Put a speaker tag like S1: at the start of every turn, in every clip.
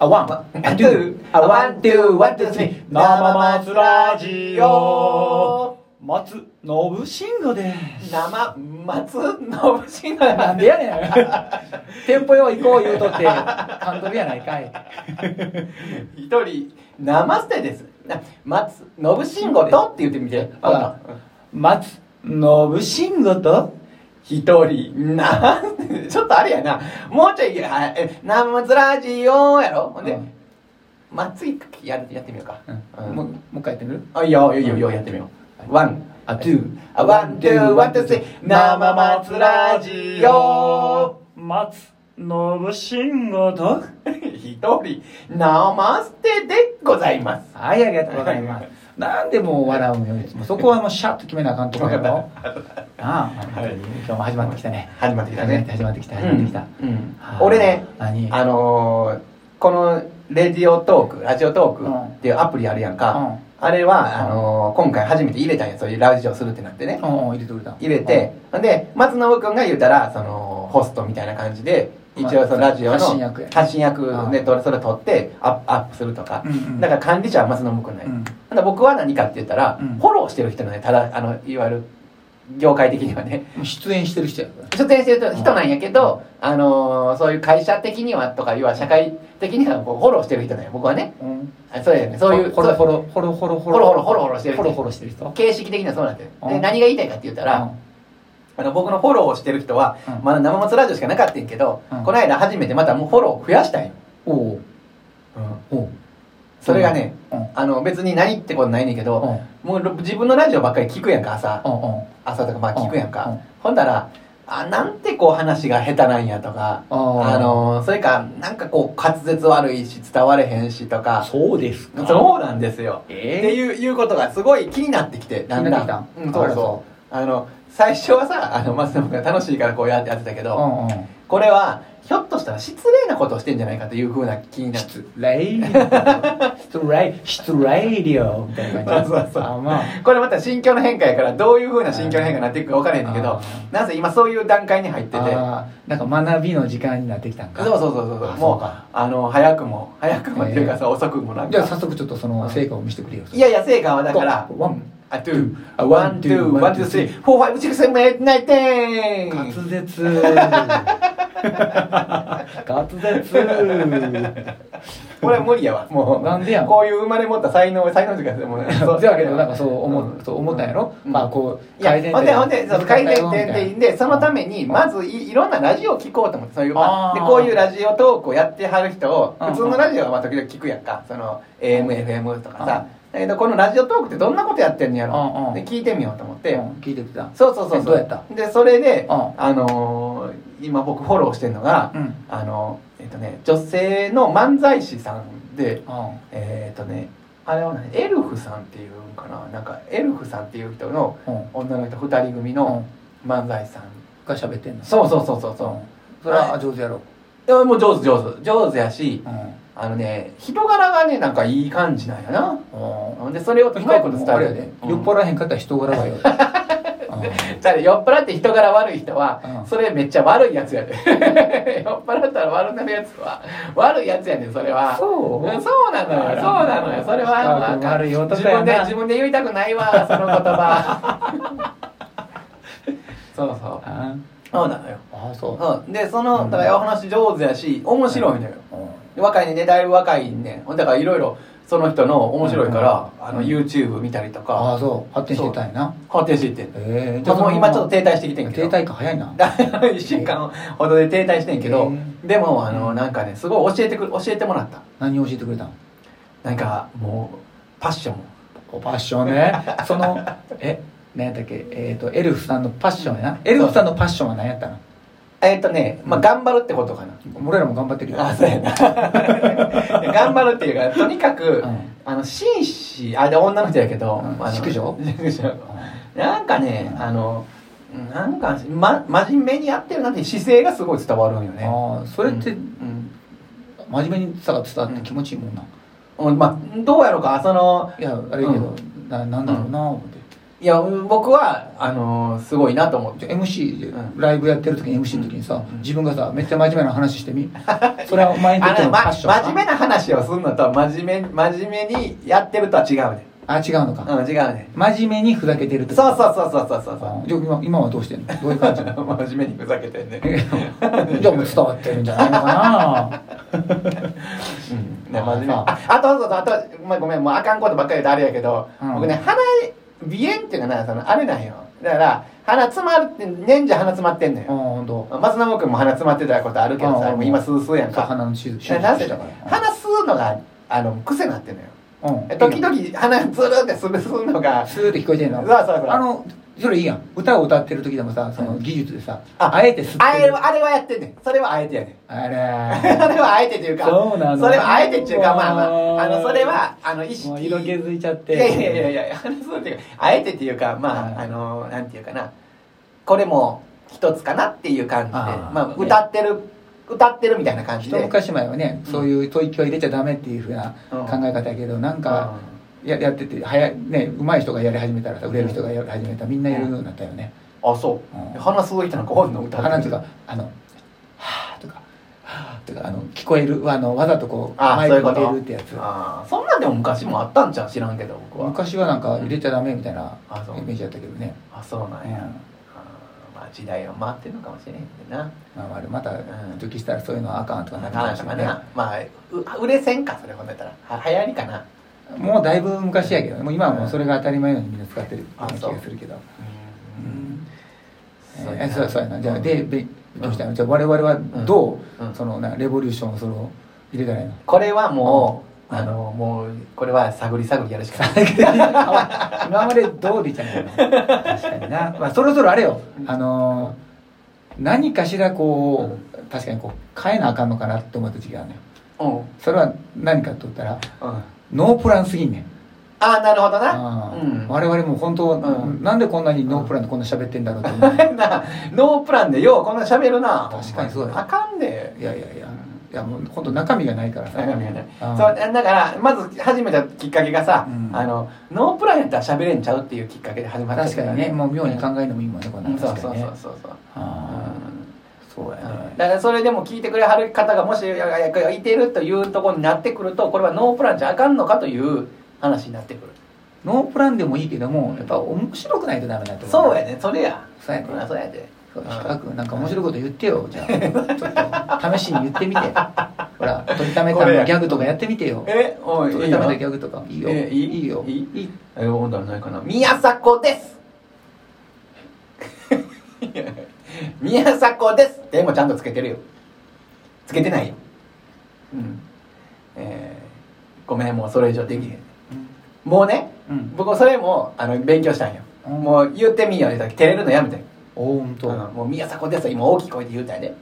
S1: あ、ワン、あ、トゥー、あ、ワン、トゥー、ワン、ツー、スリー。生松ラジオ。松信慎吾で
S2: 生松信
S1: す。
S2: 吾
S1: なんでやねん。店舗用行こう言うとって、監督やないかい。
S2: 一人生捨てですな松信慎吾とって言ってみて
S1: あ松信慎吾と、
S2: 一人なちょっとあれやなもうちょいあえ生松ラジオやろほんで、
S1: うん
S2: 松井やるやってみようか、
S1: うんもう、もう一回やってみる
S2: あいいよいいよいいよやってみようワン
S1: あ、トゥー、
S2: あワンツーワンツースリー生松ラジオ。
S1: 松信慎吾と、
S2: 一人生捨てでございます
S1: はい、ありがとうございます。なんでもう笑うのよ、いつも。そこはもうシャッと決めなあかんところやろ。ああ、
S2: はい
S1: 今日も始まってきたね。
S2: 始まってきたね
S1: 始まってきた、始まってきた。
S2: うんうん
S1: はあ
S2: 俺ね
S1: 何
S2: あのーこのレディオトークラジオトークっていうアプリあるやんか、あれは、あのー今回初めて入れたんやそういうラジオするってなってね、
S1: うん、うん、入れてくれた。
S2: 入れて、ほんで松信君が言うたらそのホストみたいな感じで一応そのラジオの
S1: 発信役や
S2: 発信役で
S1: うん
S2: とそれ撮ってアップアップするとか
S1: うん、うん。
S2: だから管理者は松信君ない、
S1: うん、
S2: ただ僕は何かって言ったら、
S1: うん
S2: フォローしてる人のねただあのいわゆる業界的にはね
S1: 出演してる人やから。
S2: 出演してる人なんやけど、あのーそういう会社的にはとか要は社会的にはこうフォローしてる人なんや僕はね
S1: うん、
S2: あそうやねそういう
S1: ほろほろほろほろほろ
S2: ほろほろほろしてる
S1: ほろほろしてる人
S2: そう形式的にはそうなんだよ、
S1: うん
S2: で何が言いたいかって言ったら、あの僕のフォローをしてる人は、
S1: うん
S2: まだ生松ラジオしかなかったんやけど、
S1: うん
S2: この間初めてまたもうフォローを増やしたんよ、
S1: うん、おうおう
S2: それがね、
S1: うん
S2: あの別に何ってことないねんけど、
S1: うん
S2: もう自分のラジオばっかり聞くやんか朝
S1: うんうん
S2: 朝とかまあ聞くやんか、
S1: うんうん
S2: ほんだらあなんてこう話が下手なんやとか
S1: あー
S2: あのそれかなんかこう滑舌悪いし伝われへんしとか
S1: そうですか
S2: そうなんですよ、
S1: えー
S2: っていういうことがすごい気になってきてだんだん
S1: 気になってきた
S2: うん、そうそうあの最初はさあの松野君が楽しいからこうやってやってたけど、
S1: うんうん
S2: これはひょっとしたら失礼なことをしてんじゃないかというふうな気になって
S1: 失礼失礼失礼りよみたいな感じ
S2: そうそうそう
S1: あまあ
S2: これまた心境の変化やからどういうふうな心境の変化になっていくか分からへんねんけ
S1: あ
S2: ど
S1: ー
S2: なぜ今そういう段階に入ってて
S1: あーなんか学びの時間になってきたんか
S2: そうそうそうそう
S1: あ
S2: も
S1: そう
S2: う
S1: か
S2: あの早くも早くもっていうかさ、遅くもなん
S1: じゃあ
S2: か
S1: 早速ちょっとその成果を見せてくれよ
S2: いやいや成果はだから
S1: ワン
S2: あトゥ
S1: あ
S2: ー
S1: ワ
S2: ワ
S1: ン
S2: ン
S1: ツ
S2: ツ
S1: ー
S2: ーワンツースリーフォーファイブシックセブンエイトナインテン
S1: 滑舌滑舌
S2: これ無理やわもう
S1: なんでやん
S2: こういう生まれ持った才能才能というかもう ね
S1: そうやけどなんかそう思,、
S2: ん
S1: そう思ったんやろ、
S2: うん
S1: まあこう
S2: いや
S1: 改善
S2: ほんでほんでそう改善点っていうんでそのために
S1: うん
S2: まずいいろんなラジオを聞こうと思ってそういう、ま
S1: あ
S2: あ、
S1: ー
S2: でこういうラジオトークをやってはる人を
S1: うん
S2: 普通のラジオはまあ時々聞くやんかその
S1: うん
S2: AMFM とかさだけどこのラジオトークってどんなことやってんのや
S1: うんうん
S2: ろで聞いてみようと思って
S1: うん聞いてきた
S2: そうそうそうそう
S1: どうやった
S2: でそれで
S1: うん
S2: あのー今僕フォローしてるのが
S1: うん
S2: あのえっとね女性の漫才師さんで
S1: あ
S2: えっとねあれはねエルフさんっていうんかななんかエルフさんっていう人の
S1: あうん
S2: 女の人2人組
S1: の
S2: の漫才さん、
S1: が喋ってんの
S2: そうそうそうそうそ
S1: それは上手やろ
S2: ういやもう上手上手上手やし
S1: うん
S2: あのね人柄がねなんかいい感じなんやな
S1: う
S2: ほんでそれをうまいこと伝え
S1: あれや
S2: る
S1: で
S2: ね、
S1: 酔っ払わへんかったら人柄 がよ
S2: じゃあね酔っ払って人柄悪い人
S1: うん
S2: はそれめっちゃ悪いやつやで 酔っ払ったら悪なるやつは悪いやつやねんそれは
S1: そ
S2: うんそうなのよそうなのよそれは
S1: あ
S2: なんか
S1: 悪い
S2: 自
S1: 男や
S2: 分で
S1: な
S2: 自分で言いたくないわその言葉 そうそう
S1: あ
S2: そうなのよ
S1: あそう
S2: うん、でそのだからお話上手やし面白いのよ、
S1: うん
S2: で若いねだいぶ若いねほんだからいろいろその人の面白いから、
S1: うん
S2: あの YouTube 見たりと
S1: ああ
S2: か
S1: そう発展してたんやな
S2: 発展していってんの
S1: ええ
S2: まあもう今ちょっと停滞してきてんけ
S1: 停
S2: ど
S1: 滞感早いな
S2: 1週間ほどで停滞してんけど、
S1: へ
S2: でもあのなんかねすごい教えてくる教えてもらった
S1: 何を教えてくれたん
S2: なんかもうパッション
S1: おパッション ねそのえ何やったっけえっ、とエルフさんのパッションやなエルフさんのパッションは何やったの
S2: えっ、とね、まあ、頑張るってことかな、
S1: 俺らも頑張ってるよ
S2: あそうやな 頑張るっていうかとにかく、
S1: うん
S2: あの紳士あで女の人やけど、
S1: うん
S2: あの
S1: 淑女
S2: 淑女なんかね、あの、なんか、ま、真面目にやってるなっていう姿勢がすごい伝わるんよね。
S1: ああそれって
S2: うん。
S1: 真面目にさが伝わって気持ちいいもんな、
S2: うん、まあ、どうやろうか、その、
S1: いやあれやけど、
S2: う
S1: ななんだろうな思って、
S2: いや僕はあのーすごいなと思って
S1: MC で
S2: うん
S1: ライブやってる時に MC の時にさ、
S2: うん
S1: 自分がさめっちゃ真面目な話してみそれはお前にとって
S2: あ
S1: の
S2: の、
S1: ファ
S2: ま、
S1: ッションか
S2: 真面目な話をするのと真面目真面目にやってるとは違うね
S1: あ違うのか、
S2: うん違うね
S1: 真面目にふざけてるって
S2: そう
S1: こと
S2: そうそうそうそうそう
S1: じゃあ今今はどうしてんのどういう感じなの
S2: そう 真面目にふざけてんね
S1: じゃあもう伝わってるんじゃないの かあー
S2: うんね、真面目
S1: そう
S2: ああとそうそうあとまあごめんもうあかんことばっかり言うとあれやけど、
S1: うん
S2: 僕ね鼻鼻炎っていうかなそのあれなんよだから鼻詰まるって年中鼻詰まってんの
S1: なう
S2: よ、
S1: んほんと
S2: 松永君も鼻詰まってたことあるけど
S1: う
S2: さ
S1: ん
S2: もう今スースーやん
S1: そう
S2: か
S1: 鼻の手術手術
S2: なぜ
S1: した
S2: だか
S1: からら
S2: 鼻吸うのがあの癖になってんのよ
S1: うん
S2: 時々鼻つるってするするのが
S1: スーって聞こえてん
S2: そう
S1: の
S2: そうそう
S1: あのそれいいやん歌を歌ってる時でもさその技術でさ、
S2: あ
S1: あえて吸
S2: あ
S1: って
S2: れ
S1: る
S2: はあれはやってんねんそれはあえてやねん
S1: あれ
S2: あれはあえてというか
S1: そうなの
S2: れはあえてっていうかまあまああのそれはあの意
S1: も
S2: 識
S1: う色気づいちゃって
S2: いやいやいやいや話そうっていうかあえてっていうかまあ、
S1: はい
S2: あのなんていうかなこれも一つかなっていう感じで
S1: あー
S2: まあ、
S1: ね
S2: 歌ってる歌ってるみたいな感じ
S1: 一
S2: で
S1: 昔前はね、
S2: うん
S1: そういう吐息を入れちゃダメっていうふうな
S2: うん
S1: 考え方やけど、なん
S2: うん
S1: かややってて早いね上手い人がやり始めたらさ売れる人がやり始めたらみんなやるようになったよね、
S2: あそうう、
S1: ん
S2: 鼻すごい人なんかおんの歌って
S1: 鼻とかあの「はあ」とか「はあ」とかあの聞こえるあのわざとこう
S2: あー
S1: マイ
S2: そうい
S1: ク
S2: うこ
S1: に
S2: と
S1: 入れるってやつ
S2: あーそんなんでも昔もあったんじゃん知らんけど僕は
S1: 昔はなんか入れちゃダメみたいな
S2: あそう
S1: イメージだったけどね、
S2: あそうなんや、
S1: うん
S2: あーまあ時代を回ってるのかもしれへんけどな
S1: まあ、あれまた
S2: ん
S1: 時したらそういうのはあかんとかな
S2: な
S1: っ
S2: ん
S1: てきました
S2: かなん
S1: ね
S2: かまあう売れせんかそれほんだったらは流行りかな
S1: もうだいぶ昔やけどねもう今はもうそれが当たり前のようにみんな使ってるような気
S2: あそう
S1: がするけど
S2: うん
S1: そうえそうやそうやなじゃあでべどうした
S2: う
S1: のじゃあ我々はどう、
S2: うん
S1: そのなレボリューションをその入れたらいいの
S2: これはもう、
S1: うん
S2: あのもうこれは探り探りやるしか ない
S1: 今まで通りじゃないの確かにな、まあ、そろそろあれよあのー何かしらこう、確かにこう変えなあかんのかなって思った時期があるのよ
S2: うん、うん、
S1: それは何かと言ったら
S2: あ
S1: ノープランすぎんねん
S2: あなるほどな
S1: あ
S2: う
S1: ー
S2: ん
S1: 我々も本当、
S2: うん
S1: なんでこんなにノープランでこんな喋ってんだろうって思 う
S2: なノープランでようこんな喋るな
S1: 確かにそうだよ
S2: あかんで
S1: いやいやいやいやもう本当中身がないから さ
S2: 中身がね
S1: あ
S2: そう
S1: ー
S2: だからまず始めたきっかけがさ、
S1: うん
S2: あのノープランやったら喋れんちゃうっていうきっかけで始まった
S1: 確かにねもう妙に考えるのもいいもんねこんな
S2: うん
S1: の
S2: そう
S1: 確
S2: そ
S1: か
S2: う
S1: にね
S2: そうそうそう
S1: あーそうや
S2: うん
S1: ね
S2: だからそれでも聞いてくれはる方がもしいてるというところになってくるとこれはノープランじゃあかんのかという話になってくる
S1: ノープランでもいいけどもやっぱ面白くないとダメだと思
S2: そうやねそれや
S1: そうやね
S2: そりゃそうやで
S1: そう比較なんか面白いこと言ってよじゃあちょっと試しに言って みてほら取りためた
S2: これや
S1: のギャグとかやってみてよ
S2: えお
S1: 取
S2: いい
S1: り
S2: い
S1: ため
S2: よ
S1: たギャグとかいいよ
S2: えいい
S1: いいよ
S2: いい
S1: いい
S2: え温度はないかな宮迫です 宮迫ですでもちゃんとつけてるよつけてないようんえーごめんもうそれ以上できへんもうね
S1: うん
S2: 僕それもあの勉強したんよもう言ってみようで照れるのやめて
S1: おおほんと
S2: あのもう宮迫です今大きい声で言うたんやで、
S1: う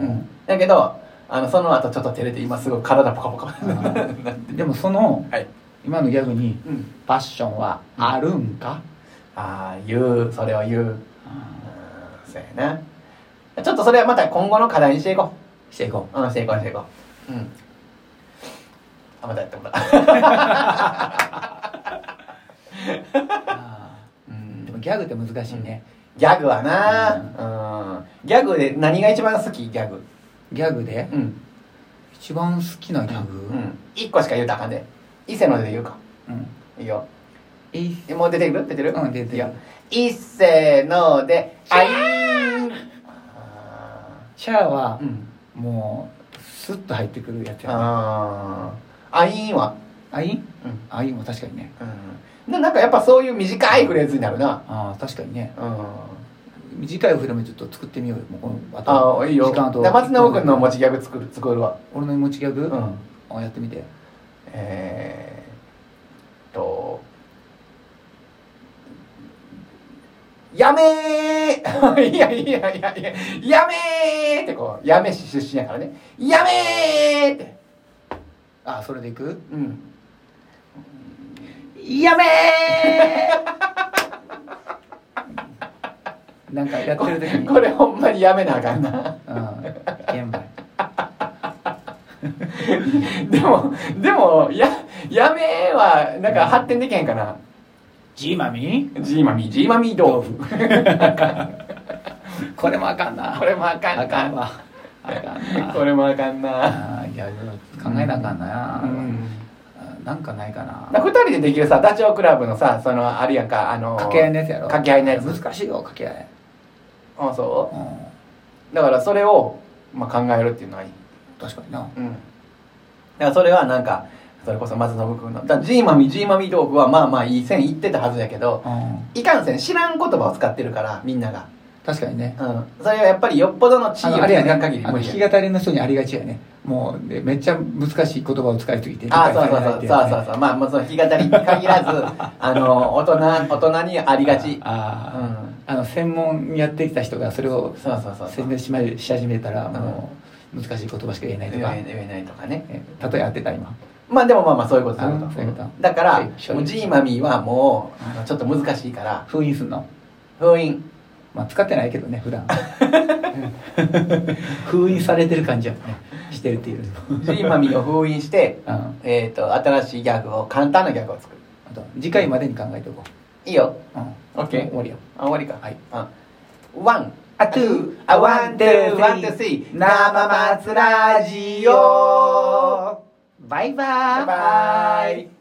S2: うんん、だけどあのその後ちょっと照れて今すごい体ポカポカなって
S1: でもその
S2: はい、
S1: 今のギャグに
S2: うん、
S1: パッションはあるんか、
S2: ああ言うそれを言ううんそうやなちょっとそれはまた今後の課題にしていこ
S1: していこ
S2: ううんしていこうしていこううんあまたやってもらう
S1: うあ
S2: う
S1: ー
S2: ん
S1: でもギャグって難しいね、
S2: ギャグはなうん、ギャグで何が一番好きギャグ
S1: ギャグで
S2: うん
S1: 一番好きなギャグ
S2: うん一個しか言うたらあかんで伊勢ので言うか
S1: うん、
S2: いいよ
S1: えい
S2: えもう出てくる出てる
S1: うん出てる
S2: いいよいっせーのであいーんあ
S1: シャアは
S2: ーうん
S1: もうスッと入ってくるやつやね
S2: あーあいーんは
S1: あいん
S2: うん
S1: あいんも確かにね
S2: うんななんかやっぱそういう短いフレーズになるな。
S1: ああ確かにね
S2: うん。
S1: 短いフレームちょっと作ってみようよもうこの
S2: あ
S1: 後
S2: あ、いいよ。
S1: 時間と
S2: じゃあ松永君の持ちギャグ作る、作るわ。
S1: 俺の持ちギャグ、
S2: うん。
S1: あやってみて
S2: えーっと。やめー いやいやいやいや、やめーってこう、やめ市出身やからね。やめーって。
S1: あそれでいく
S2: うん。
S1: やめーなんかやってる時に
S2: これほんまにやめなあかんな。
S1: うん現場
S2: でも、でも、や、やめーは、なんか発展できへんかな。
S1: ジーマミ
S2: ジーマミージーマミー豆腐
S1: ーこれもあかんな
S2: これもあかん
S1: あ
S2: あ
S1: か
S2: か
S1: ん
S2: ん
S1: わあかんな
S2: これもあかんな
S1: あーいや考えなあかんな、
S2: うん
S1: あなんかないかな
S2: だから二人でできるさダチョウ倶楽部のさそのあるやんかあの
S1: 掛け合いのやつやろ
S2: 掛け合いのやつ
S1: 難しいよ掛け合い、
S2: あそ
S1: うん、
S2: うだからそれを、まあ、考えるっていうのはいい
S1: 確かにな
S2: うんだからそれはなんかそれこそ松信君のだからジーマミジーマミ豆腐はまあまあいい線いってたはずやけど
S1: うん
S2: いかんせん知らん言葉を使ってるからみんなが
S1: 確かにね
S2: うんそれはやっぱりよっぽどの地位
S1: あ
S2: を
S1: のあれやね
S2: な
S1: あ
S2: ん
S1: の
S2: 限り無
S1: 弾
S2: 理や
S1: き語りの人にありがちやねもうねめっちゃ難しい言葉を使いすぎて理
S2: あ
S1: 解
S2: そう
S1: され
S2: そう
S1: ない
S2: そ
S1: っ
S2: う
S1: て
S2: そう
S1: やつね
S2: そうそうまあもうその弾き語りに限 らずあの大人大人にありがち
S1: ああ
S2: う
S1: あ
S2: ん
S1: の専門やってきた人がそれを
S2: そうそうそうそう
S1: 宣伝しまし始めたらもう難しい言葉しか言えないと
S2: 言
S1: か
S2: え言えないとかね
S1: え例え合ってた今
S2: まあでもまあまあそういうことそういう
S1: あ
S2: こ
S1: そういうこと
S2: とだからも
S1: そういう
S2: うジーマミーはもうあのちょっと難しいから
S1: 封印すんの
S2: 封印
S1: まあ使ってないけどね 普段うん封印されてる感じやもんねしてるっていう
S2: ジーマミーを封印して
S1: うんあ
S2: えっと新しいギャグを簡単なギャグを作る
S1: と次回までに考えておこ
S2: いいよ
S1: う、うん、
S2: OK
S1: 終わりよ
S2: あ終わりか
S1: はい
S2: あワン
S1: あ、トゥー、
S2: あ
S1: あ、
S2: ワ
S1: ワ
S2: ン
S1: ン、
S2: ツ
S1: ツ
S2: ー
S1: ー、
S2: ワ
S1: ワ
S2: ン
S1: ン、
S2: ツ
S1: ツー、
S2: ース
S1: ス
S2: リ
S1: リー。
S2: ー生松ラジオ
S1: バイバーイ。
S2: バイバーイ